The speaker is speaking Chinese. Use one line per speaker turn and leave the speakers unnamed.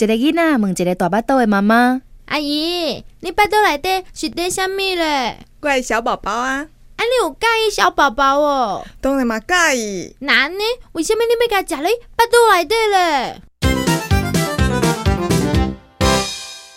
一个囡仔问一个大巴肚的妈妈，
阿姨，你巴肚内底是得啥物嘞？
怪小宝宝啊，
啊，你有介意小宝宝哦？
当然嘛介意。
那呢？为什么你要甲食咧巴肚内底嘞？